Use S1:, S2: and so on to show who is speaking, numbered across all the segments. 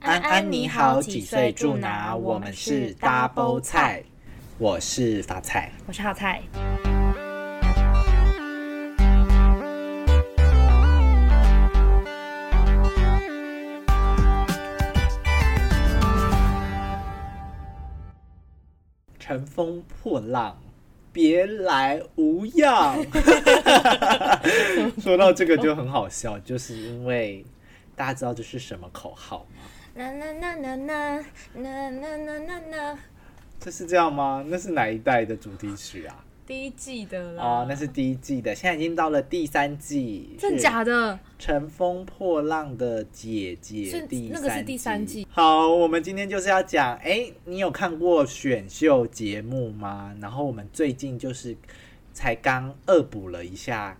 S1: 安你好，几岁住哪？我们是 Double 菜，我是发菜。
S2: 我是好菜。
S1: 乘风破浪，别来无 恙。说到这个就很好笑，就是因为大家知道这是什么口号吗？
S2: 啦啦啦啦啦啦啦啦啦啦，
S1: 这是这样吗？那是哪一代的主题曲啊？
S2: 第一季的啦。
S1: 哦，那是第一季的，现在已经到了第三季。
S2: 真
S1: 是
S2: 假的？
S1: 乘风破浪的姐
S2: 是
S1: 姐，第
S2: 那个是第三季。
S1: 好，我们今天就是要讲，哎、你有看过选秀节目吗？然后我们最近就是才刚恶补了一下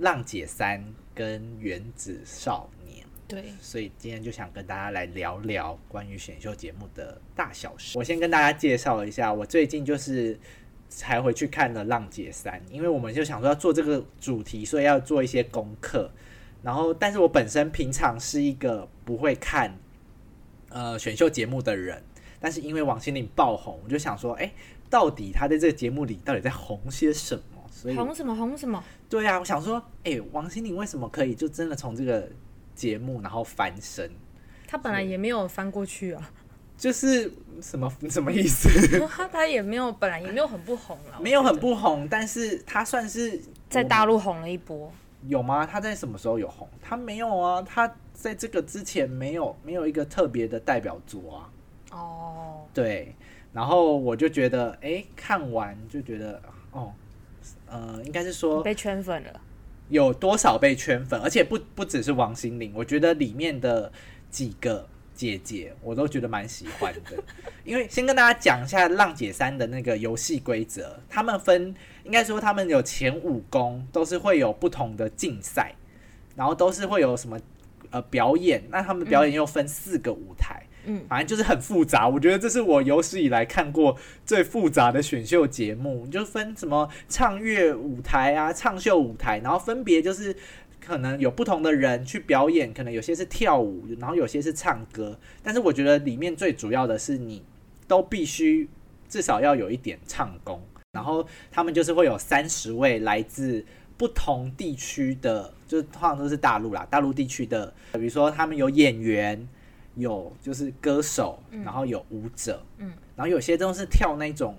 S1: 《浪姐三》跟《原子少年》，
S2: 对，
S1: 所以今天就想跟大家来聊聊关于选秀节目的大小事。我先跟大家介绍一下，我最近就是才回去看了《浪姐三》，因为我们就想说要哦做这个主题，所以要做一些功课。然后，但是我本身平常是一个不会看呃选秀节目的人，但是因为王心凌爆红，我就想说，哎，到底她在这个节目里到底在红些什么？所以
S2: 红什么红什么？
S1: 对啊，我想说，哎、王心凌为什么可以就真的从这个节目然后翻身？
S2: 他本来也没有翻过去 啊，
S1: 就是什么 什么意思？
S2: 他也没有本来也没有很不红啊，
S1: 没有很不红，但是她算是
S2: 在大陆红了一波。
S1: 有吗？她在什么时候有红？她没有啊，她在这个之前没有没有一个特别的代表作啊。
S2: 哦，
S1: 对，然后我就觉得，哎、看完就觉得，哦，呃，应该是说
S2: 被圈粉了。
S1: 有多少被圈粉，而且不不只是王心凌，我觉得里面的几个姐姐我都觉得蛮喜欢的。因为先跟大家讲一下《浪姐三》的那个游戏规则，他们分应该说他们有前五宫都是会有不同的竞赛，然后都是会有什么呃表演，那他们表演又分四个舞台。
S2: 嗯
S1: 反正就是很复杂，我觉得这是我有史以来看过最复杂的选秀节目，就分什么唱乐舞台啊、唱秀舞台，然后分别就是可能有不同的人去表演，可能有些是跳舞，然后有些是唱歌，但是我觉得里面最主要的是你都必须至少要有一点唱功，然后他们就是会有三十位来自不同地区的，就是通常都是大陆啦，大陆地区的，比如说他们有演员，有就是歌手，然后有舞者，
S2: 嗯，
S1: 然后有些都是跳那种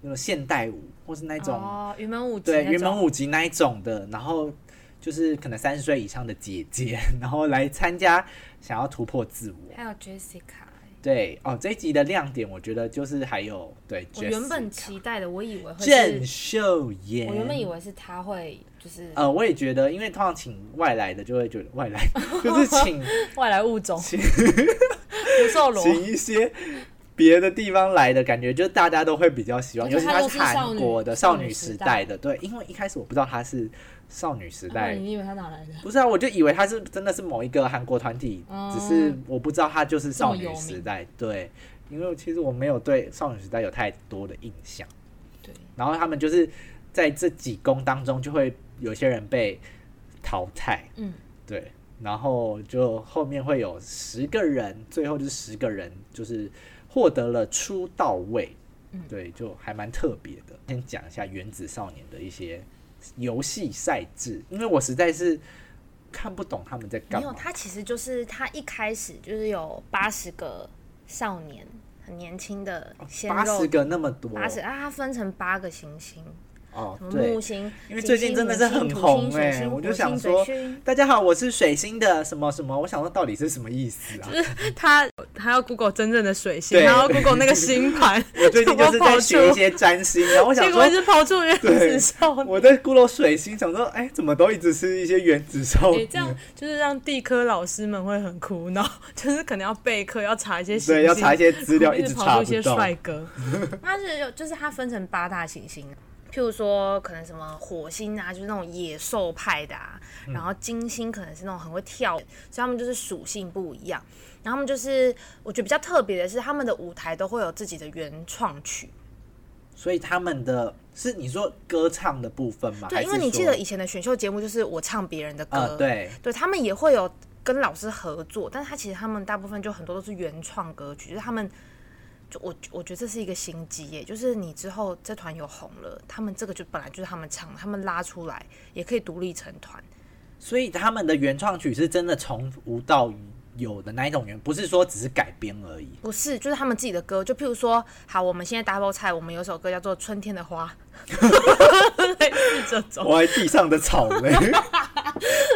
S1: 那种现代舞，或是那种、
S2: 哦，云门舞集
S1: 对
S2: 那
S1: 云门
S2: 种
S1: 舞集那一种的，然后就是可能三十岁以上的姐姐， 然后来参加，想要突破自我。
S2: 还有 Jessica。
S1: 对哦，这一集的亮点我觉得就是还有对，
S2: 我原本
S1: Jessica
S2: 期待的，我以为会
S1: 郑
S2: 是，
S1: 秀妍，
S2: 我原本以为是他会就是
S1: 呃，我也觉得，因为通常请外来的就会觉得 外来就是请
S2: 外来物种， 福寿螺，
S1: 请一些别的地方来的感觉，就大家都会比较喜欢，
S2: 而且
S1: 尤其
S2: 她
S1: 她
S2: 都
S1: 是
S2: 哦是少
S1: 韩
S2: 女
S1: 国的
S2: 少
S1: 少
S2: 女
S1: 女
S2: 时
S1: 时
S2: 代
S1: 代的，对，因为一开始我不知道她是少女时代
S2: 哦你以为他哪来的？
S1: 不是啊，我就以为他是真的是某一个韩国团体，
S2: 哦
S1: 只是我不知道他就是少
S2: 这么
S1: 女
S2: 有名
S1: 时代。对，因为其实我没有对少女时代有太多的印象。
S2: 对，
S1: 然后他们就是在这几宫当中，就会有些人被淘汰，
S2: 嗯，
S1: 对，然后就后面会有十个人，最后就是十个人就是获得了出道位，
S2: 嗯
S1: 对，就还蛮特别的。先讲一下《原子少年》的一些游戏赛制，因为我实在是看不懂他们在
S2: 没
S1: 干
S2: 有，
S1: 嘛。
S2: 他其实就是他一开始就是有八十个少年，很年轻的鲜
S1: 哦八
S2: 肉
S1: 十，个那么多，
S2: 八十啊，它分成八个行星，
S1: 哦
S2: 什么，
S1: 对
S2: 木，星，
S1: 因
S2: 金
S1: 为最
S2: 星
S1: 近真的
S2: 母
S1: 是
S2: 星
S1: 很
S2: 土
S1: 红
S2: 星
S1: 哎
S2: 水星
S1: 我就
S2: 火
S1: 想
S2: 星水
S1: 说
S2: 星
S1: 大家好，我是水星的什么什么，我想说到底是什么 意思啊？
S3: 他他要 Google 真正的水星，
S1: 对
S3: 他要 Google 那个星盘
S1: ，我最近 就是在学一些占星，然后我想
S3: 结
S1: 说
S3: 果一，直跑出原
S1: 对
S3: 子少年。
S1: 我在咕噜水星，想说，哎，怎么都一直是一些原子少
S3: 哎、
S1: 年
S3: 这样就是让地科老师们会很苦恼，就是可能要备课，要查一些 星
S1: 对，
S3: 星，
S1: 要查一些资 料，
S3: 一
S1: 直
S3: 跑
S1: 查
S3: 出一些
S1: 不到。
S3: 帅哥。
S2: 它是有，就是它分成八大行星，啊譬如说可能什么火星啊，就是那种野兽派的啊，
S1: 嗯
S2: 然后金星可能是那种很会跳，所以他们就是属性不一样。然后他们就是我觉得比较特别的是，他们的舞台都会有自己的原创曲。
S1: 所以他们的是你说歌唱的部分吗？
S2: 对，
S1: 还是
S2: 因为你记得
S1: 说
S2: 以前的选秀节目就是我唱别人的歌，
S1: 呃，对，
S2: 对他们也会有跟老师合作，但是他其实他们大部分就很多都是原创歌曲，就是他们就我我觉得这是一个心机耶，就是你之后这团有红了，他们这个就本来就是他们唱的，他们拉出来也可以独立成团，
S1: 所以他们的原创曲是真的从无到有的那一种原，不是说只是改编而已。
S2: 不是就是他们自己的歌，就譬如说，好，我们现在 double 菜，我们有首歌叫做《春天的花》，
S3: 类似这种
S1: 我还地上的草 莓，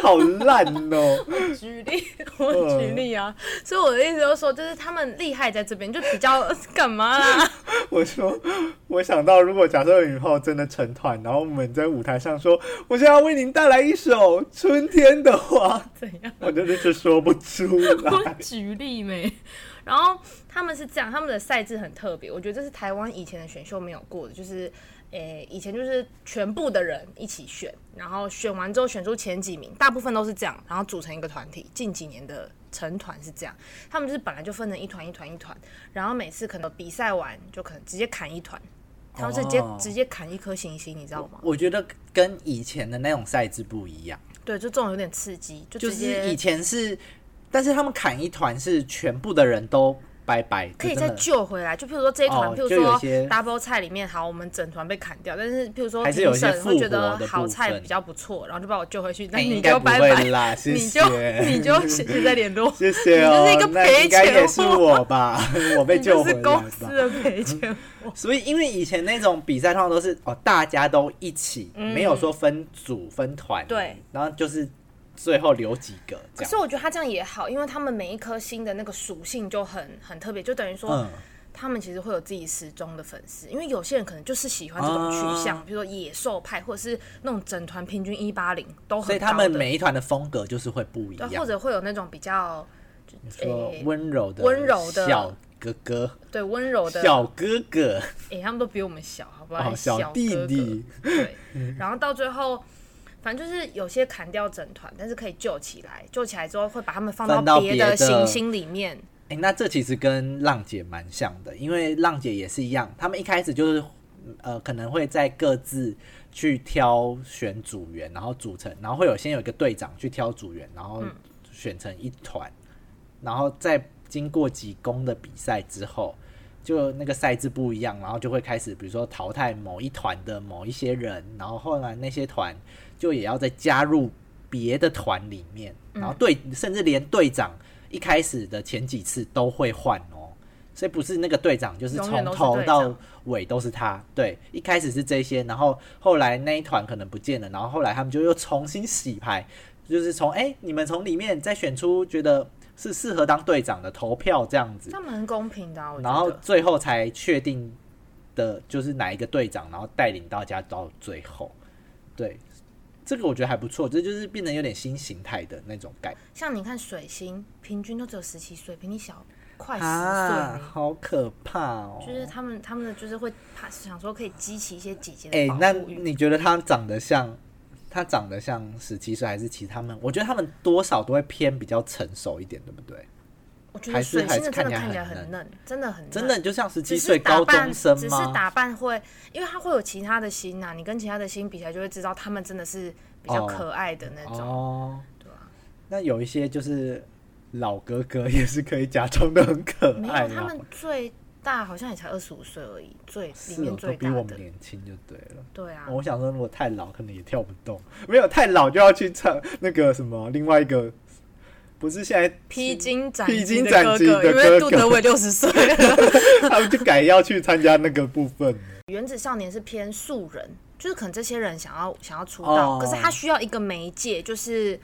S1: 好烂哦！
S3: 举例，我
S1: 嗯
S3: 举例啊，所以我的意思就是说，就是他们厉害在这边，就 比较干嘛
S2: 啊
S3: 啦？
S1: 我说，我想到如果假设以后真的成团，然后我们在舞台上说，我现在要为您带来一首《春天的花》，
S3: 怎样？
S1: 我真的是说不 出
S3: 我
S1: 来。
S3: 举例没？
S2: 然后他们是这样，他们的赛制很特别，我觉得这是台湾以前的选秀没有过的，就是，诶，以前就是全部的人一起选，然后选完之后选出前几名，大部分都是这样，然后组成一个团体。近几年的成团是这样，他们就是本来就分成一团一团一团，然后每次可能比赛完就可能直接砍一团，他们是直接、
S1: 哦
S2: 直接砍一颗行星，你知道吗？
S1: 我觉得跟以前的那种赛制不一样，
S2: 对，就这种有点刺激，就嗯
S1: 就
S2: 直接
S1: 是以前是，但是他们砍一团是全部的人都拜拜，
S2: 可以
S1: 就
S2: 再
S1: 真的
S2: 救回来。就譬如说这一团，
S1: 哦
S2: 譬如
S1: 就有
S2: 说
S1: 一些
S2: double 菜里面，好，我们整团被砍掉，但是譬如说
S1: 还是有
S2: 评
S1: 一些
S2: 审会觉
S1: 复活
S2: 得
S1: 的部
S2: 好菜
S1: 分
S2: 比较不错，然后就把我救回去，那
S1: 哎应
S2: 你
S1: 该
S2: 就
S1: 不
S2: 拜
S1: 会
S2: 拜，
S1: 啦，谢
S3: 你
S1: 谢
S3: 就。你就现在 联络，
S1: 谢谢哦，
S3: 你就是一个
S1: 那
S3: 赔
S1: 应该
S3: 钱
S1: 也是
S3: 货
S1: 我吧， 我被
S3: 你
S1: 救
S3: 就
S1: 回
S3: 是
S1: 来
S3: 公司
S1: 吧。
S3: 的赔钱。
S1: 所以，因为以前那种比赛通常都是哦，大家都一起，没有说分组分团，
S2: 嗯对，
S1: 然后就是最后留几个这
S2: 可
S1: 样
S2: 是。我觉得他这样也好，因为他们每一颗星的那个属性就很很特别，就等于说、
S1: 嗯，
S2: 他们其实会有自己时钟的粉丝，因为有些人可能就是喜欢这种取向，
S1: 啊
S2: 比如说野兽派，或者是那种整团平均一八零都很高
S1: 所
S2: 的，
S1: 以他们每一团的风格就是会不一
S2: 对
S1: 样，
S2: 或者会有那种比较就
S1: 说
S2: 诶
S1: 温柔的、
S2: 温柔的
S1: 小哥哥、
S2: 对温柔的
S1: 小哥哥
S2: 诶，他们都比我们小，好不好？
S1: 哦，小
S2: 哥
S1: 弟
S2: 哥
S1: 弟，
S2: 对，然后到最后，反正就是有些砍掉整团，但是可以救起来，救起来之后会把他们放
S1: 放到
S2: 别
S1: 别的
S2: 的行星里面。
S1: 哎、那这其实跟浪姐蛮像的，因为浪姐也是一样，他们一开始就是呃可能会在各自去挑选组员，然后组成，然后会有先有一个队长去挑组员，然后
S2: 嗯
S1: 选成一团，然后再经过几公的比赛之后。就那个赛制不一样，然后就会开始，比如说淘汰某一团的某一些人，然后后来那些团就也要再加入别的团里面，然后队、甚至连队长一开始的前几次都会换哦，所以不是那个队长，就是
S2: 永
S1: 从
S2: 远都是
S1: 头
S2: 队
S1: 到
S2: 长
S1: 尾都是他。对，一开始是这些，然后后来那一团可能不见了，然后后来他们就又重新洗牌，就是从哎、你们从里面再选出觉得是适合当队长的投票这样子
S2: 这，样蛮公平的、啊，我
S1: 然
S2: 觉
S1: 后
S2: 得。
S1: 最后才确定的就是哪一个队长，然后带领大家到最后。对，这个我觉得还不错，这就是变成有点新形态的那种感觉
S2: 像你看水星，平均都只有十七岁，比你小快十岁
S1: 啊，
S2: 呢、
S1: 好可怕哦！
S2: 就是他们，他们的就是会怕，想说可以激起一些姐姐的
S1: 哎、
S2: 保
S1: 那
S2: 护欲。
S1: 你觉得他长得像？他长得像十七岁，还是其实他们？我觉得他们多少都会偏比较成熟一点，对不对？
S2: 我觉
S1: 还
S2: 得
S1: 是
S2: 水
S1: 还
S2: 星的
S1: 是
S2: 真的
S1: 看起来
S2: 看起来
S1: 很
S2: 很
S1: 嫩
S2: 嫩，真的很嫩
S1: 真的就像十七
S2: 只是
S1: 岁
S2: 打
S1: 高
S2: 扮
S1: 中生
S2: 只是
S1: 吗？
S2: 打扮会，因为他会有其他的心呐、你跟其他的心比起来，就会知道他们真的是比较
S1: 哦
S2: 可爱的那种。
S1: 哦，
S2: 对啊
S1: 那有一些就是老哥哥也是可以假装的很可
S2: 没
S1: 爱、啊，
S2: 有，他们最大好像也才二十五岁而已，最里
S1: 是
S2: 面
S1: 哦都
S2: 最
S1: 比
S2: 大
S1: 我们哦
S2: 的。
S1: 年轻就对了。
S2: 对啊，
S1: 我想说，如果太老，可能也跳不动。没有太老就要去唱那个什么，另外一个不是现在
S3: 披荆斩
S1: 披
S3: 棘
S1: 荆
S3: 的
S1: 斩
S3: 哥
S1: 棘
S3: 哥，
S1: 的
S3: 因为
S1: 哥
S3: 杜
S1: 哥
S3: 德伟六十 岁了，
S1: 他们就改要去参加那个部分了。
S2: 原子少年是偏素人，就是可能这些人想要想要出道，
S1: 哦
S2: 可是他需要一个媒介，就是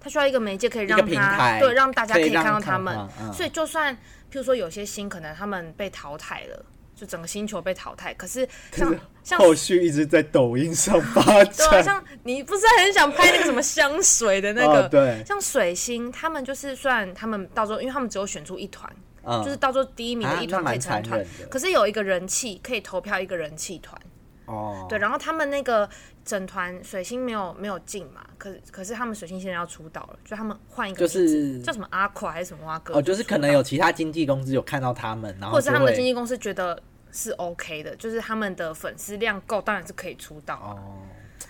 S2: 他需要一个媒介可以
S1: 一
S2: 让
S1: 个平
S2: 他
S1: 台
S2: 对让大家
S1: 可
S2: 可
S1: 以
S2: 以看
S1: 让
S2: 到他们
S1: 看到嗯
S2: 所以就算譬如说有些星可能他们被淘汰了，就整个星球被淘汰，可是像像
S1: 后续一直在抖音上发
S2: 对啊，
S1: 展。
S2: 像
S3: 你不是很想拍那个什么香水的那
S1: 哦、
S3: 个？
S1: 对，
S2: 像水星，他们就是虽然他们到时候，因为他们只有选出一团，
S1: 嗯，
S2: 就是到时候第一名的一
S1: 啊那
S2: 团可以
S1: 蛮
S2: 成
S1: 残
S2: 团
S1: 忍，的
S2: 可是有一个人气可以投票一个人气团，
S1: 哦，
S2: 对，，然后他们那个整团水星没有没有进嘛，可可是他们水星现在要出道了，就他们换一个
S1: 就
S2: 名字
S1: 是
S2: 叫什么阿垮还是什么蛙哥，
S1: 哦，就是可能有其他经纪公司有看到他们，然后
S2: 或者是他们的
S1: 就会
S2: 经纪公司觉得是 OK 的，就是他们的粉丝量够，当然是可以出道啊。
S1: 哦，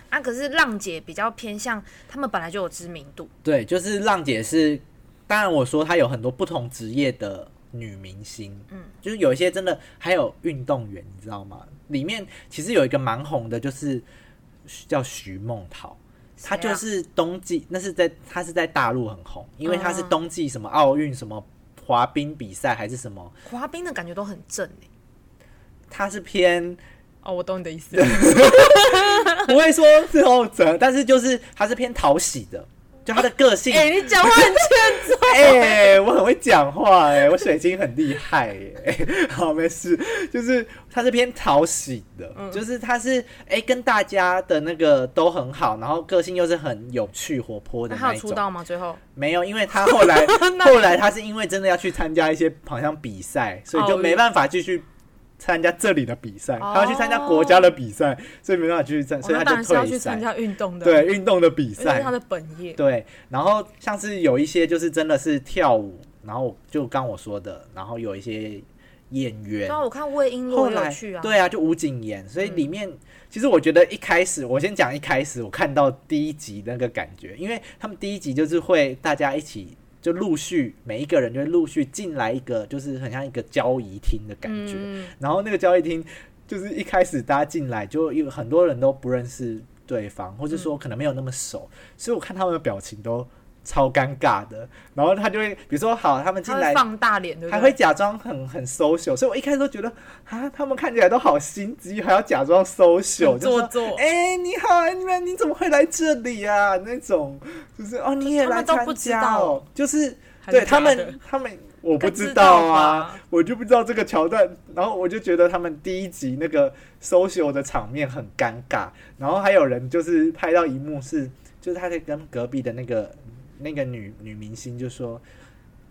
S2: 啊，可是浪姐比较偏向他们本来就有知名度，
S1: 对，就是浪姐是，当然我说她有很多不同职业的女明星，嗯，就是有一些真的还有运动员，你知道吗？里面其实有一个蛮红的，就是叫徐梦桃。她
S2: 谁啊
S1: 就是冬季，那是在她是在大陆很红，因为她是冬季什么奥运什么滑冰比赛还是什么，
S2: 滑冰的感觉都很正哎、
S1: 她是偏
S3: 哦，我懂你的意思。
S1: 不会说最后者，但是就是她是偏讨喜的，就她的个
S2: 欸
S1: 性
S3: 哎、你讲话很欠揍。
S1: 哎、我很会讲话哎、我水晶很厉害哎、 好，没事，就是他是偏讨喜的，
S3: 嗯
S1: 就是他是哎、跟大家的那个都很好，然后个性又是很有趣活泼的
S2: 那
S1: 那
S2: 他
S1: 一
S2: 有
S1: 种
S2: 出。道吗？最 后
S1: 没有，因为他后 来后来他是因为真的要去参加一些好像比赛，所以就
S3: 奥运
S1: 没办法继续。参加这里的比赛，
S2: 哦
S1: 他要去参加国家的比赛，所以没办法继续参，
S3: 我
S1: 所以
S3: 哦那
S1: 他
S3: 当
S1: 就
S3: 然是要
S1: 退
S3: 去参
S1: 赛。
S3: 加运动的，，哎
S1: 对运动的比
S3: 这
S1: 赛
S3: 是，他的本业。
S1: 对，然后像是有一些就是真的是跳舞，然后就刚我说的，然后有一些演员
S2: 对啊，，我看魏璎珞
S1: 后
S2: 也有
S1: 来
S2: 去啊，嗯
S1: 对啊，就吴谨言，所以里面、其实我觉得一开始我先讲一开始我看到第一集那个感觉，因为他们第一集就是会大家一起。就陆续每一个人就会陆续进来一个，就是很像一个交易厅的感觉。
S2: 嗯
S1: 然后那个交易厅就是一开始大家进来就有很多人都不认识对方，或者
S2: 嗯
S1: 说可能没有那么熟，所以我看他们的表情都超尴尬的。然后他就会，比如说好，他们进
S2: 他
S1: 来
S2: 会放大脸，对不
S1: 还
S2: 对？
S1: 会假装很很 social，所以我一开始都觉得啊，他们看起来都好心机，还要假装 social，
S3: 很
S1: 就
S3: 做
S1: 说
S3: 作
S1: 哎、你好，你们你怎么会来这里啊？那种就是哦，你也
S2: 他们
S1: 来
S2: 都
S1: 参
S2: 不知
S1: 加
S2: 道
S1: 哦，就是
S3: 还是
S1: 对
S3: 假
S1: 他
S3: 的
S1: 们他们我不
S3: 该
S1: 知
S3: 知
S1: 道
S3: 道
S1: 啊
S3: 吧，
S1: 我就不知道这个桥段，然后我就觉得他们第一集那个 social 的场面很尴尬，然后还有人就是拍到一幕是，就是他在跟隔壁的那个那个女女明星就说。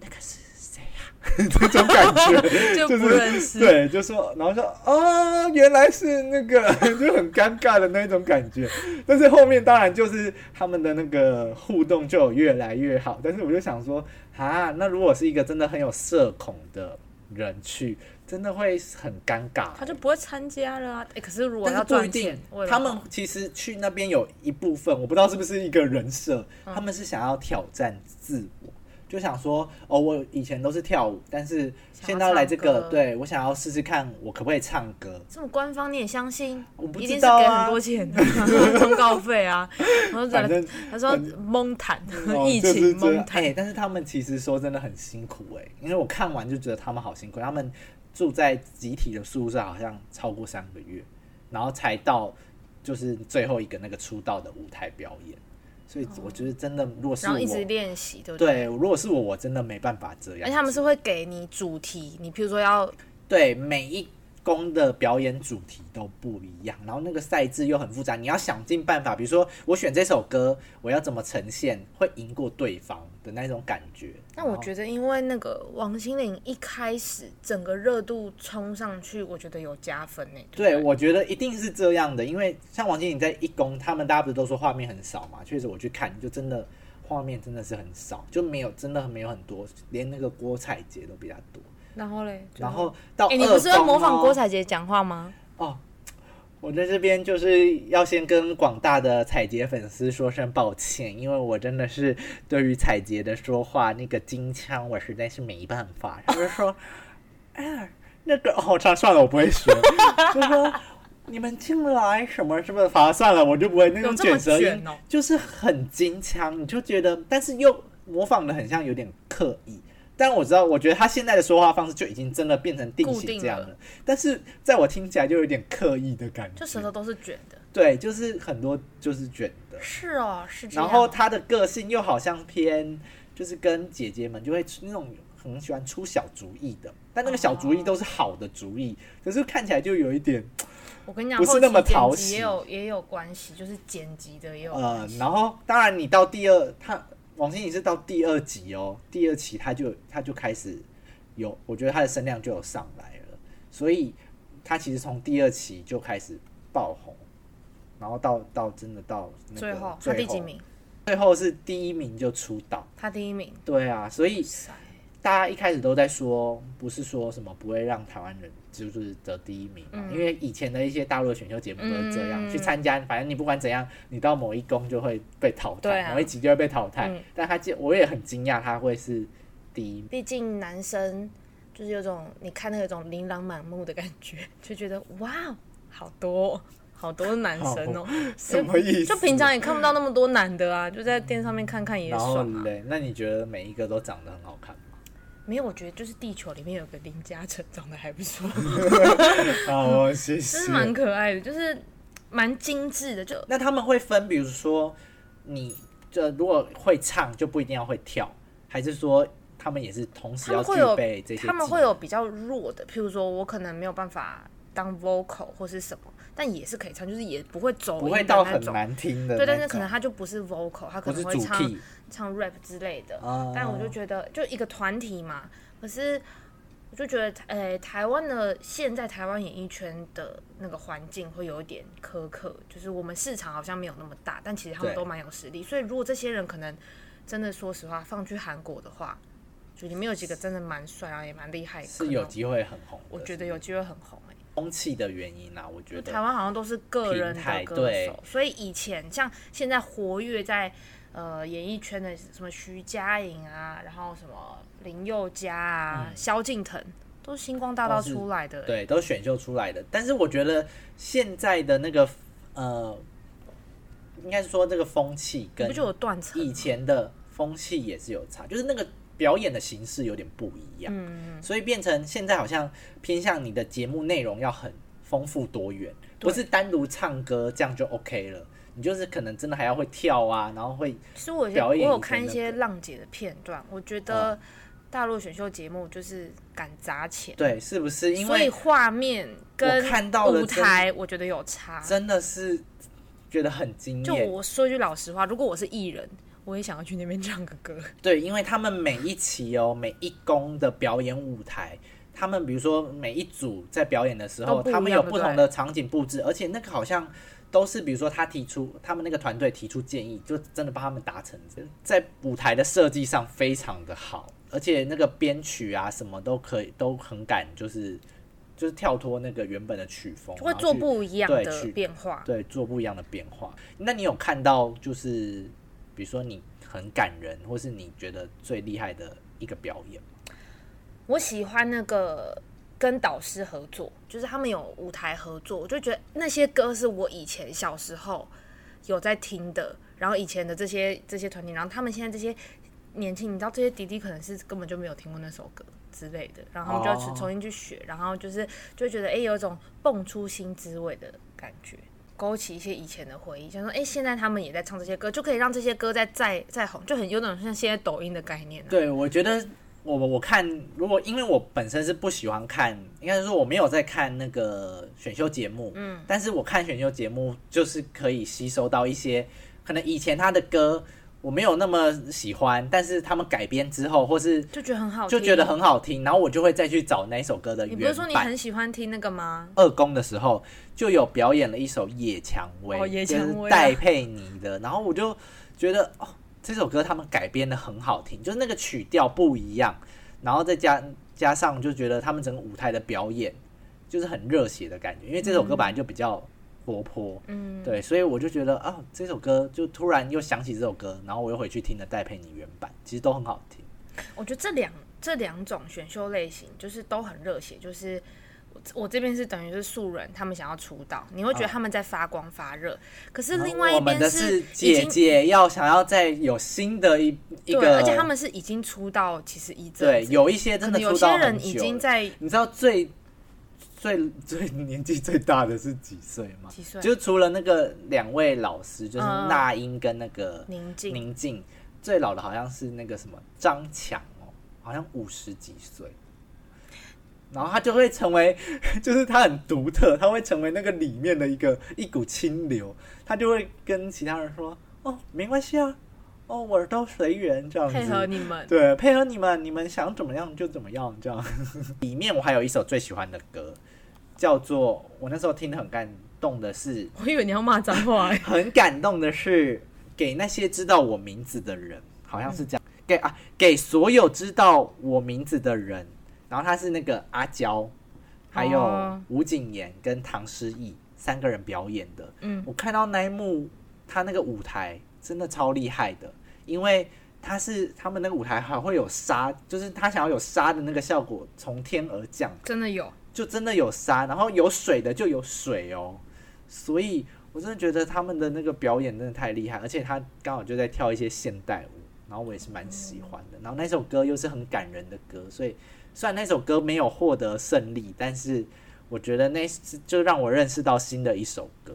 S1: 那个是谁呀、这种感觉
S3: 就
S1: 就是
S3: 不认识
S1: 对，就说，然后说啊，原来是那个， 就很尴尬的那种感觉。但是后面当然就是他们的那个互动就有越来越好。但是我就想说，啊，那如果是一个真的很有社恐的人去，真的会很尴尬、
S3: 他就不会参加了啊！哎、可是如果
S1: 但
S3: 要
S1: 是不一
S3: 赚
S1: 定
S3: 钱，为，了
S1: 他们其实去那边有一部分，我不知道是不是一个人设，他们是想要挑战自我，就想说哦，我以前都是跳舞，但是
S2: 想要
S1: 现在要来这
S2: 唱
S1: 个，
S2: 歌
S1: 对我想要试试看我可不可以唱歌。
S2: 这么官方你也相信？
S1: 我不
S2: 一
S1: 知
S2: 定是
S1: 道
S2: 给
S1: 啊
S2: 很多钱的通告费啊。然后
S1: 反正
S2: 他说蒙坦
S1: 哦
S3: 疫
S1: 就是
S3: 情
S1: 这
S3: 蒙
S1: 样
S3: 台
S1: 哎、但是他们其实说真的很辛苦哎、因为我看完就觉得他们好辛苦，他们住在集体的宿舍好像超过三个月，然后才到就是最后一个那个出道的舞台表演，所以我觉得真的，如果是
S2: 哦然
S1: 我
S2: 后一直练习，对不对？
S1: 对，如果是我，我真的没办法这
S2: 而且
S1: 样。
S2: 他们是会给你主题，你譬如说要
S1: 对每一宫的表演主题都不一样，然后那个赛制又很复杂，你要想尽办法，比如说我选这首歌，我要怎么呈现会赢过对方的那种感觉。
S2: 那我
S1: 然后
S2: 觉得，因为那个王心凌一开始整个热度冲上去，我觉得有加分欸呢、对不
S1: 对，
S2: 对，
S1: 我觉得一定是这样的，因为像王心凌在一公，他们大家不是都说画面很少嘛？确实，我去看就真的画面真的是很少，就没有真的没有很多，连那个郭采洁都比较多。
S2: 然后嘞，
S1: 然后到
S2: 哎、你不是会
S1: 二宫
S2: 模仿
S1: 哦
S2: 郭采洁讲话吗？
S1: 哦，我在这边就是要先跟广大的彩洁粉丝说声抱歉，因为我真的是对于彩洁的说话那个金腔，我实在是没办法。他就说， 哎，那个哦，算算了，我不会学， 就说。你们进来什么什么，反正算了，我就不会那种
S3: 有这么
S1: 卷舌音
S3: 卷哦，
S1: 就是很金腔，你就觉得，但是又模仿的很像有点刻意。但我知道，我觉得他现在的说话方式就已经真的变成定
S3: 固
S1: 型
S3: 定
S1: 这样
S3: 了
S1: 了。但是在我听起来就有点刻意的感觉，
S2: 就舌头都是卷的。
S1: 对，就是很多就是卷的，
S2: 嗯是哦，是这样。
S1: 然后他的个性又好像偏就是跟姐姐们就会出那种很喜欢出小主意的，但那个小主意都是好的主意，可是看起来就有一点
S2: 我跟你讲，
S1: 不是那么
S2: 后期剪
S1: 讨
S2: 辑
S1: 喜
S2: 也有也有关系，就是剪辑的也有
S1: 呃
S2: 关，系。
S1: 然后当然你到第二，他王心凌是到第二集哦，第二期他就他就开始有，我觉得他的声量就有上来了，所以他其实从第二期就开始爆红，然后到到真的到、那个、
S2: 最后他
S1: 最
S2: 第几名？
S1: 最后是第一名就出道，
S2: 他第一名。
S1: 对啊，所以
S2: 塞
S1: 大家一开始都在说，不是说什么不会让台湾人就是得第一名嘛，因为以前的一些大陆的选秀节目都是这样，
S2: 嗯
S1: 去参加，反正你不管怎样，你到某一宫就会被淘汰，
S2: 对啊
S1: 某一集就会被淘汰。
S2: 嗯
S1: 但他竟我也很惊讶，他会是第一名。
S2: 毕竟男生就是有种你看那种琳琅满目的感觉，就觉得哇，哦好多哦好多男生哦、
S1: 什么意思？
S2: 就平常也看不到那么多男的啊，就在店上面看看也
S1: 然后
S2: 爽啊。
S1: 嘞，那你觉得每一个都长得很好看吗？
S2: 没有，我觉得就是地球里面有个林嘉诚长得还不错，
S1: 哦，谢
S2: 真
S1: 谢
S2: 是蛮可爱的，就是蛮精致的，就
S1: 那他们会分，比如说你这如果会唱就不一定要会跳，还是说他们也是同时
S2: 他
S1: 要
S2: 们
S1: 具
S2: 会有
S1: 备这些技
S2: 他
S1: 能？
S2: 们会有比较弱的，譬如说我可能没有办法当 vocal 或是什么，但也是可以唱，就是也不会走
S1: 不
S2: 音
S1: 会
S2: 的
S1: 到
S2: 那
S1: 很
S2: 种。
S1: 难听的那种，
S2: 对，但是可能他就不是 vocal，他可
S1: 不
S2: 能
S1: 是
S2: 会
S1: 主
S2: 唱
S1: key
S2: 唱 rap 之类的。
S1: 哦
S2: 但我就觉得，就一个团体嘛，可是我就觉得，呃、台湾的现在台湾演艺圈的那个环境会有一点苛刻，就是我们市场好像没有那么大，但其实他们
S1: 对
S2: 都蛮有实力。所以如果这些人可能真的说实话放去韩国的话，就里面有几个真的蛮帅，然啊后也蛮厉害，可
S1: 是
S2: 能
S1: 有机会很红的。
S2: 我觉得有机会很红、欸。
S1: 风气的原因啦、我觉
S2: 就台
S1: 得。
S2: 湾好像都是个人
S1: 平
S2: 的
S1: 台
S2: 歌
S1: 对
S2: 手，所以以前像现在活跃在呃演艺圈的什么徐佳莹啊，然后什么林宥嘉啊、萧敬腾，都是星光大道
S1: 都是
S2: 出来的、
S1: 对，嗯都选秀出来的，但是我觉得现在的那个呃，应该是说这个风气
S2: 欸你
S1: 跟
S2: 不就有断层？
S1: 以前的风气也是有差，就是那个表演的形式有点不一
S2: 嗯
S1: 样，所以变成现在好像偏向你的节目内容要很丰富多元，不是单独唱歌这样就 OK 了，你就是可能真的还要会跳啊，然后会
S2: 其实我有些
S1: 表
S2: 我
S1: 演
S2: 有
S1: 以前嗯
S2: 看一
S1: 那
S2: 些
S1: 个
S2: 浪姐的片段，我觉得大陆选秀节目就是敢砸钱，
S1: 对，是不是？因
S2: 所以
S1: 为
S2: 画面跟
S1: 看到了
S2: 舞
S1: 真
S2: 台，我觉得有差。
S1: 真的是觉得很惊
S2: 就
S1: 艳，
S2: 我说一句老实话，如果我是艺人，我也想要去那边唱个歌。
S1: 对，因为他们每一期哦，每一公的表演舞台，他们比如说每一组在表演的时
S2: 都
S1: 候，
S2: 不一样
S1: 他们有
S2: 对
S1: 不
S2: 不对
S1: 同的场景布置，而且那个好像都是比如说他提出他们那个团队提出建议，就真的帮他们达成，在舞台的设计上非常的好，而且那个编曲啊什么都可以，都很敢就是就是跳脱那个原本的曲风，
S2: 会
S1: 然后
S2: 做
S1: 去
S2: 不一样
S1: 对
S2: 的
S1: 去
S2: 变化。
S1: 对，做不一样的变化。那你有看到就是，比如说你很感人，或是你觉得最厉害的一个表演吗？
S2: 我喜欢那个跟导师合作，就是他们有舞台合作，我就觉得那些歌是我以前小时候有在听的，然后以前的这些这些团体，然后他们现在这些年轻，你知道这些弟弟可能是根本就没有听过那首歌之类的，然后他们就
S1: 哦
S2: 重新去学，然后就是就会觉得哎、诶有一种蹦出新滋味的感觉。勾起一些以前的回忆，想说，哎、现在他们也在唱这些歌，就可以让这些歌再再再红，就很有种像现在抖音的概念、啊。
S1: 对，我觉得我我看，如果因为我本身是不喜欢看，应该是说我没有在看那个选秀节目，嗯，但是我看选秀节目就是可以吸收到一些可能以前他的歌我没有那么喜欢，但是他们改编之后，或是
S2: 就觉得很好听，
S1: 就觉得很好听，然后我就会再去找那一首歌的
S2: 你
S1: 原
S2: 不
S1: 版。
S2: 是说你很喜欢听那个吗？
S1: 二宫的时候，就有表演了一首《野蔷薇》，
S2: 哦野
S1: 就
S2: 蔷
S1: 是
S2: 薇啊
S1: 戴佩妮的， 然后我就觉得哦，这首歌他们改编的很好听，就是那个曲调不一样，然后再加加上就觉得他们整个舞台的表演就是很热血的感觉，因为这首歌本来就比较活泼，嗯，对，所以我就觉得啊、这首歌就突然又想起这首歌，然后我又回去听了戴佩妮原版，其实都很好听，
S2: 我觉得这两这两种选秀类型就是都很热血，就是我我这边是等于是素人，他们想要出道，你会觉得他们在发光发热，可是另外
S1: 然后
S2: 一
S1: 我们
S2: 边
S1: 的
S2: 是
S1: 是
S2: 已
S1: 姐
S2: 经
S1: 姐要想要再有新的一一
S2: 对，
S1: 个，
S2: 而且他们是已经出道，其实一阵
S1: 对，
S2: 子，
S1: 有一些
S2: 可
S1: 真的
S2: 能有
S1: 出
S2: 些
S1: 道
S2: 人
S1: 很
S2: 已
S1: 久
S2: 经
S1: 了。
S2: 在
S1: 你知道最最最年纪最大的是几岁吗？
S2: 几岁
S1: 就除了那个两位老师，就是
S2: 嗯
S1: 那英跟那个
S2: 宁静
S1: 宁静，最老的好像是那个什么张强哦，好像五十几岁。然后他就会成为， 就是他很独特，他会成为那个里面的一个一股清流，他就会跟其他人说：“哦，没关系啊，哦，我都随缘这样子。”
S2: 配合你们。
S1: 对，配合你们，你们想怎么样就怎么样，这样。里面我还有一首最喜欢的歌，叫做我那时候听的很感动的是，，
S2: 我以为你要骂脏话、欸嗯
S1: 很感动的是给那些知道我名字的人，好像是这样。给啊给所有知道我名字的人，然后他是那个阿娇，还有
S2: 哦
S1: 吴谨言跟唐诗逸三个人表演的。
S2: 嗯，
S1: 我看到那一幕，他那个舞台真的超厉害的，因为他是他们那个舞台还会有沙，就是他想要有沙的那个效果从天而降，
S2: 真的有，
S1: 就真的有沙，然后有水的就有水哦。所以我真的觉得他们的那个表演真的太厉害，而且他刚好就在跳一些现代舞，然后我也是蛮喜欢的。然后那首歌又是很感人的歌，所以虽然那首歌没有获得胜利，但是我觉得那是就让我认识到新的一首歌。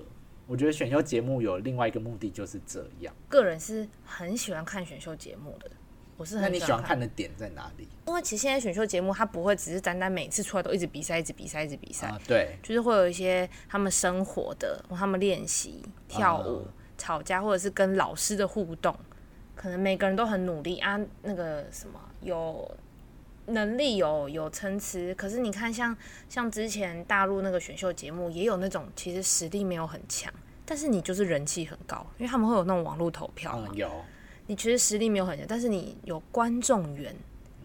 S1: 我觉得选秀节目有另外一个目的就是这样。
S2: 个人是很喜欢看选秀节目的，我是
S1: 那
S2: 很
S1: 你
S2: 喜
S1: 喜欢
S2: 欢
S1: 看的点在哪里
S2: 因为其实现在选秀节目它不会只是单单每次出来都一直比赛、一直比赛、一直比赛，
S1: 啊？对，
S2: 就是会有一些他们生活的，或他们练习、跳舞、
S1: 啊
S2: 吵架，或者是跟老师的互动。可能每个人都很努力啊，那个什么有能力有有参差，可是你看像像之前大陆那个选秀节目，也有那种其实实力没有很强，但是你就是人气很高，因为他们会有那种网络投票嘛
S1: 嗯，，有，
S2: 你其实实力没有很强，但是你有观众缘，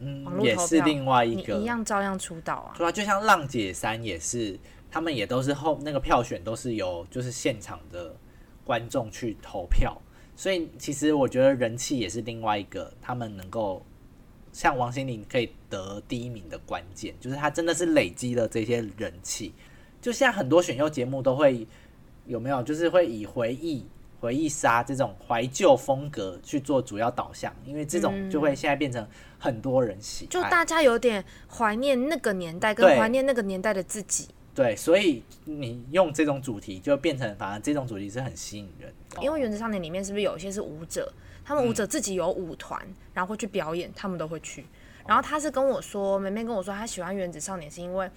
S2: 网
S1: 嗯，
S2: 络
S1: 也
S2: 投
S1: 是
S2: 票
S1: 另外一
S2: 你
S1: 个
S2: 一样照样出道啊。
S1: 对啊，就像浪姐三也是，他们也都是后那个票选都是由就是现场的观众去投票，所以其实我觉得人气也是另外一个他们能够像王心凌可以得第一名的关键，就是她真的是累积了这些人气。就现在很多选秀节目都会有没有，就是会以回忆。回忆杀这种怀旧风格去做主要导向，因为这种就会现在变成很多人喜爱。
S2: 嗯就大家有点怀念那个年代，跟
S1: 哎对
S2: 怀念那个年代的自己，
S1: 对，所以你用这种主题就变成，反而这种主题是很吸引人的。
S2: 因为《原子少年》里面是不是有一些是舞者，他们舞者自己有舞团，然后会去表演，他们都会去。然后他是跟我说，梅梅跟我说，她喜欢《原子少年》是因为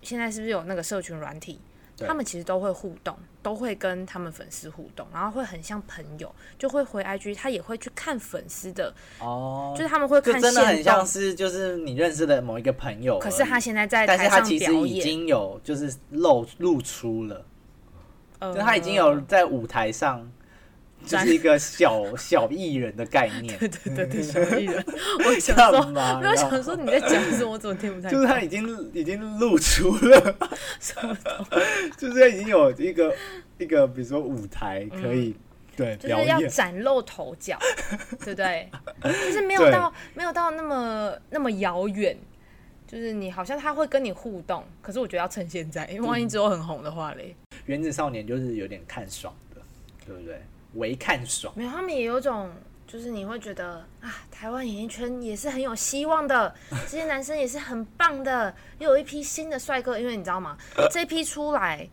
S2: 现在是不是有那个社群软体，
S1: 对
S2: 他们其实都会互动，都会跟他们粉丝互动，然后会很像朋友，就会回 IG，他也会去看粉丝的，
S1: 哦，
S2: 就是他们会
S1: 就
S2: 看
S1: 真的很
S2: 现
S1: 像
S2: 动。
S1: 是就是你认识的某一个朋友而已，
S2: 可是他现在在
S1: 但
S2: 台
S1: 是他
S2: 上
S1: 其
S2: 表
S1: 实已
S2: 演，
S1: 经有就是露露出了，
S2: 呃
S1: 就他已经有在舞台上。就是一个小小艺人的概 念，
S3: 对对对对，小艺人，我想说
S1: 干，嘛
S3: 没有
S1: 呢？
S3: 想说你在讲什么，我怎么听不太
S1: 就
S3: 懂
S1: 是他已经已经露出了， 就是他已经有一个一个，比如说舞台可以、对
S2: 嗯就
S1: 表
S2: 是要
S1: 演，
S2: 崭露头 角，对不对？就是没有
S1: 对
S2: 到没有到那么那么遥远，就是你好像他会跟你互动，可是我觉得要趁现在，因为万一之后很红的话嘞，
S1: 原子少年就是有点看爽的，对不对？唯看爽，
S2: 没有，他们也有种。就是你会觉得啊，台湾演艺圈也是很有希望的，这些男生也是很棒的，又有一批新的帅哥。因为你知道吗？这批出来，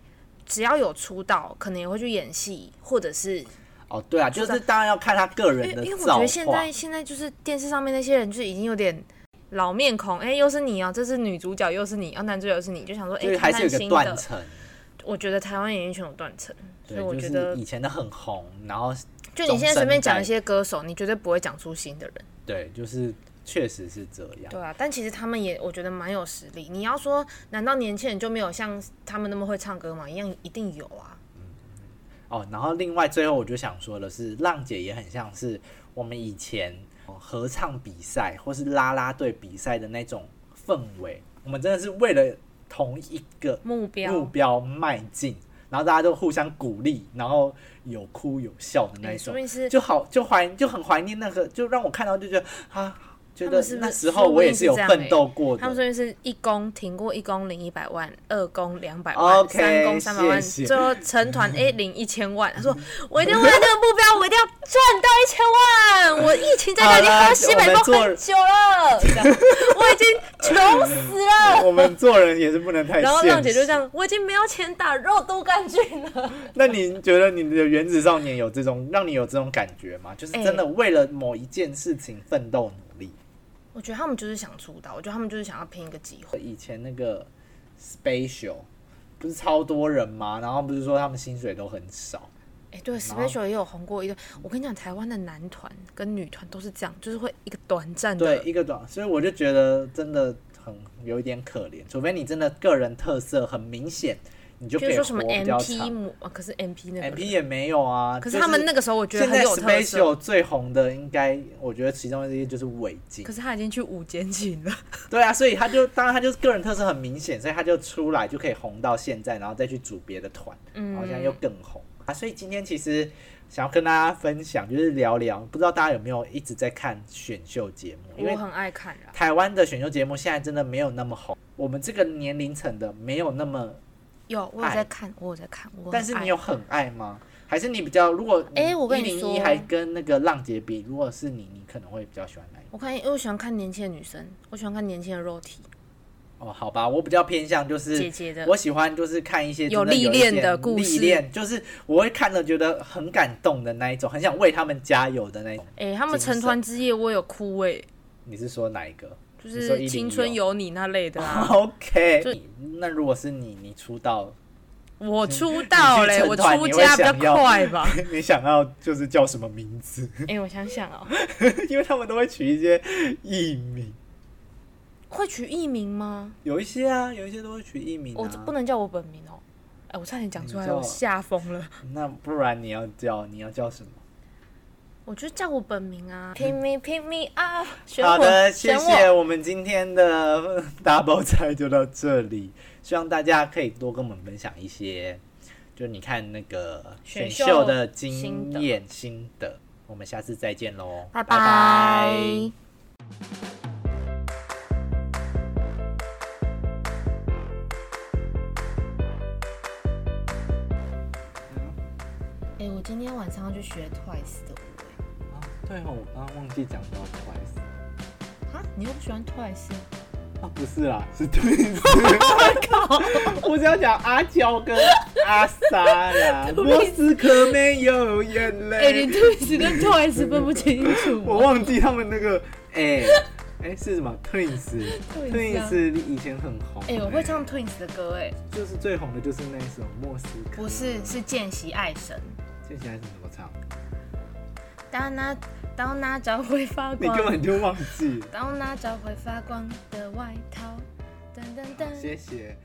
S2: 只要有出道，可能也会去演戏，或者是
S1: 哦，对啊，就是当然要看他个人
S2: 因
S1: 的
S2: 为因为我
S1: 造
S2: 觉
S1: 化
S2: 得。现在现在就是电视上面那些人，就是已经有点老面孔，哎、又是你哦、这是女主角，又是你，啊，男主角又是你，就想说，哎、
S1: 就是
S2: 看
S1: 还是
S2: 看
S1: 有一个
S2: 新
S1: 断
S2: 的。
S1: 层，
S2: 我觉得台湾演艺圈有断层，所
S1: 对
S2: 以，我
S1: 就
S2: 觉
S1: 是
S2: 得，
S1: 以前的很红，然后
S2: 就你现在随便讲一
S1: 中生代，
S2: 些歌手，你绝对不会讲出新的人，
S1: 对，就是确实是这样。
S2: 对啊。但其实他们也，我觉得蛮有实力。你要说，难道年轻人就没有像他们那么会唱歌吗？一样一定有啊。
S1: 哦，然后另外最后我就想说的是，浪姐也很像是我们以前哦合唱比赛或是啦啦队比赛的那种氛围，我们真的是为了同一个
S2: 目标，
S1: 目标迈进，然后大家都互相鼓励，然后有哭有笑的那
S2: 哎
S1: 一
S2: 说
S1: 种
S2: 不，定是
S1: 就好就怀就很怀念那个，就让我看到就觉得啊，觉
S2: 他
S1: 得
S2: 们是不
S1: 那
S2: 是说
S1: 时候
S2: 不
S1: 我也
S2: 定
S1: 是
S2: 是
S1: 有
S2: 这样
S1: 奋
S2: 欸
S1: 斗过
S2: 他们
S1: 的。
S2: 说明是一公停过一公领一百万，二公两百万
S1: OK，
S2: 三公三百万，
S1: 谢谢
S2: 最后成团 A 领一千万。他说我一定为了这个目标，我一定要赚到一千万。我疫情在家已经喝西北风很久了，这样我已经穷死了。
S1: 我们做人也是不能太
S2: 然后
S1: 现
S2: 浪姐就
S1: 实
S2: 这样，我已经没有钱打肉毒杆菌了。
S1: 那你觉得你的原子少年有这种让你有这种感觉吗？就是
S2: 哎
S1: 真的为了某一件事情奋斗努力。
S2: 我觉得他们就是想出道，我觉得他们就是想要拼一个机会。
S1: 以前那个 Special 不是超多人吗？然后不是说他们薪水都很少，
S2: 哎、对，Special 也有红过一段。我跟你讲，台湾的男团跟女团都是这样，就是会一个短暂的
S1: 对，一个短，所以我就觉得真的很有一点可怜，除非你真的个人特色很明显，你就
S2: 比
S1: 可
S2: 如
S1: 以
S2: 说什么
S1: 活比较
S2: MP
S1: 长。
S2: 模，啊可是 MP 那个
S1: MP 也没有啊，
S2: 可
S1: 就是
S2: 他们那个时候我觉得
S1: 现
S2: 很
S1: 在
S2: 有特色。
S1: special 最红的应该，我觉得其中一些就是尾巾
S2: 可。是他已经去五间琴了，
S1: 对啊，所以他就当然他就是个人特色很明显，所以他就出来就可以红到现在，然后再去组别的团，
S2: 嗯
S1: 然后现在又更红啊。所以今天其实想要跟大家分享，就是聊聊，不知道大家有没有一直在看选秀节目，因
S2: 我
S1: 为
S2: 很爱看啊啦。
S1: 台湾的选秀节目现在真的没有那么红，我们这个年龄层的没有那么，
S2: 有，我有
S1: 爱
S2: 在看，我有在看，我很
S1: 但是
S2: 爱
S1: 你有很爱吗？还是你比较，如果
S2: 哎我跟你
S1: 零
S2: 说
S1: 一还跟那个浪姐比，如果是你，你可能会比较喜欢哪一个？
S2: 我看，因为我喜欢看年轻的女生，我喜欢看年轻的肉体，
S1: 哦，好吧，我比较偏向就是
S2: 姐姐的
S1: 我喜欢就是看一些
S2: 有
S1: 真的
S2: 历
S1: 一
S2: 练
S1: 点
S2: 的故
S1: 历
S2: 事
S1: 练就是我会看了觉得很感动的那一种，很想为他们加油的那一种。
S2: 哎、他们
S1: 精
S2: 成
S1: 神
S2: 团之夜我有哭哎、
S1: 你是说哪一哦个？
S2: 就
S1: 你说
S2: 是
S1: 101
S2: 青春有你那类的啊。就
S1: ？OK，那如果是你，你出道，
S2: 我出道
S1: 你
S2: 嘞，
S1: 去
S2: 我
S1: 成团
S2: 出
S1: 你会
S2: 家比较
S1: 想要
S2: 快吧？
S1: 你想要就是叫什么名字？
S2: 哎、我想想哦，
S1: 因为他们都会取一些艺名，
S2: 会取艺名吗？
S1: 有一些啊，有一些都会取艺名、啊。
S2: 我这不能叫我本名哦。哎、我差点讲出来，
S1: 你叫
S2: 我吓疯了。
S1: 那不然你要叫你要叫什么？
S2: 我就叫我本名啊，Pick me, pick me up，选我，
S1: 嗯好的，谢
S2: 选
S1: 谢
S2: 我。
S1: 我们今天的 double 菜就到这里，希望大家可以多跟我们分享一些，就你看那个选
S2: 选
S1: 秀
S2: 秀
S1: 的经
S2: 心得
S1: 验心得。我们下次再见喽，
S2: 拜
S1: 拜拜
S2: 拜哎、我今天晚上要去学 Twice 的舞哎、
S1: 啊对哦，我刚刚忘记讲到 twice。
S2: 哈，你又不喜欢 Twice？哦
S1: 啊，不是啦，是
S2: Oh
S1: Twins。我是 要讲阿娇跟阿莎 啦。莫斯科没有眼
S2: 哎、
S1: 泪
S2: 你。Twice 跟 Twice 分不清
S1: 我
S2: 楚。
S1: 忘记他们那个，哎、哎、是什么 Twins？Twins
S2: 啊
S1: 以前很红、
S2: 哎、我会，唱 Twins 的歌哎、
S1: 就是最红的就是那一首莫斯科。
S2: 不是，是见习爱神。
S1: 接下来是怎么唱？
S2: 当那当那朝会发
S1: 你根
S2: 光，
S1: 本就忘记。
S2: 当那朝会发光的外套，噔噔噔。
S1: 谢谢。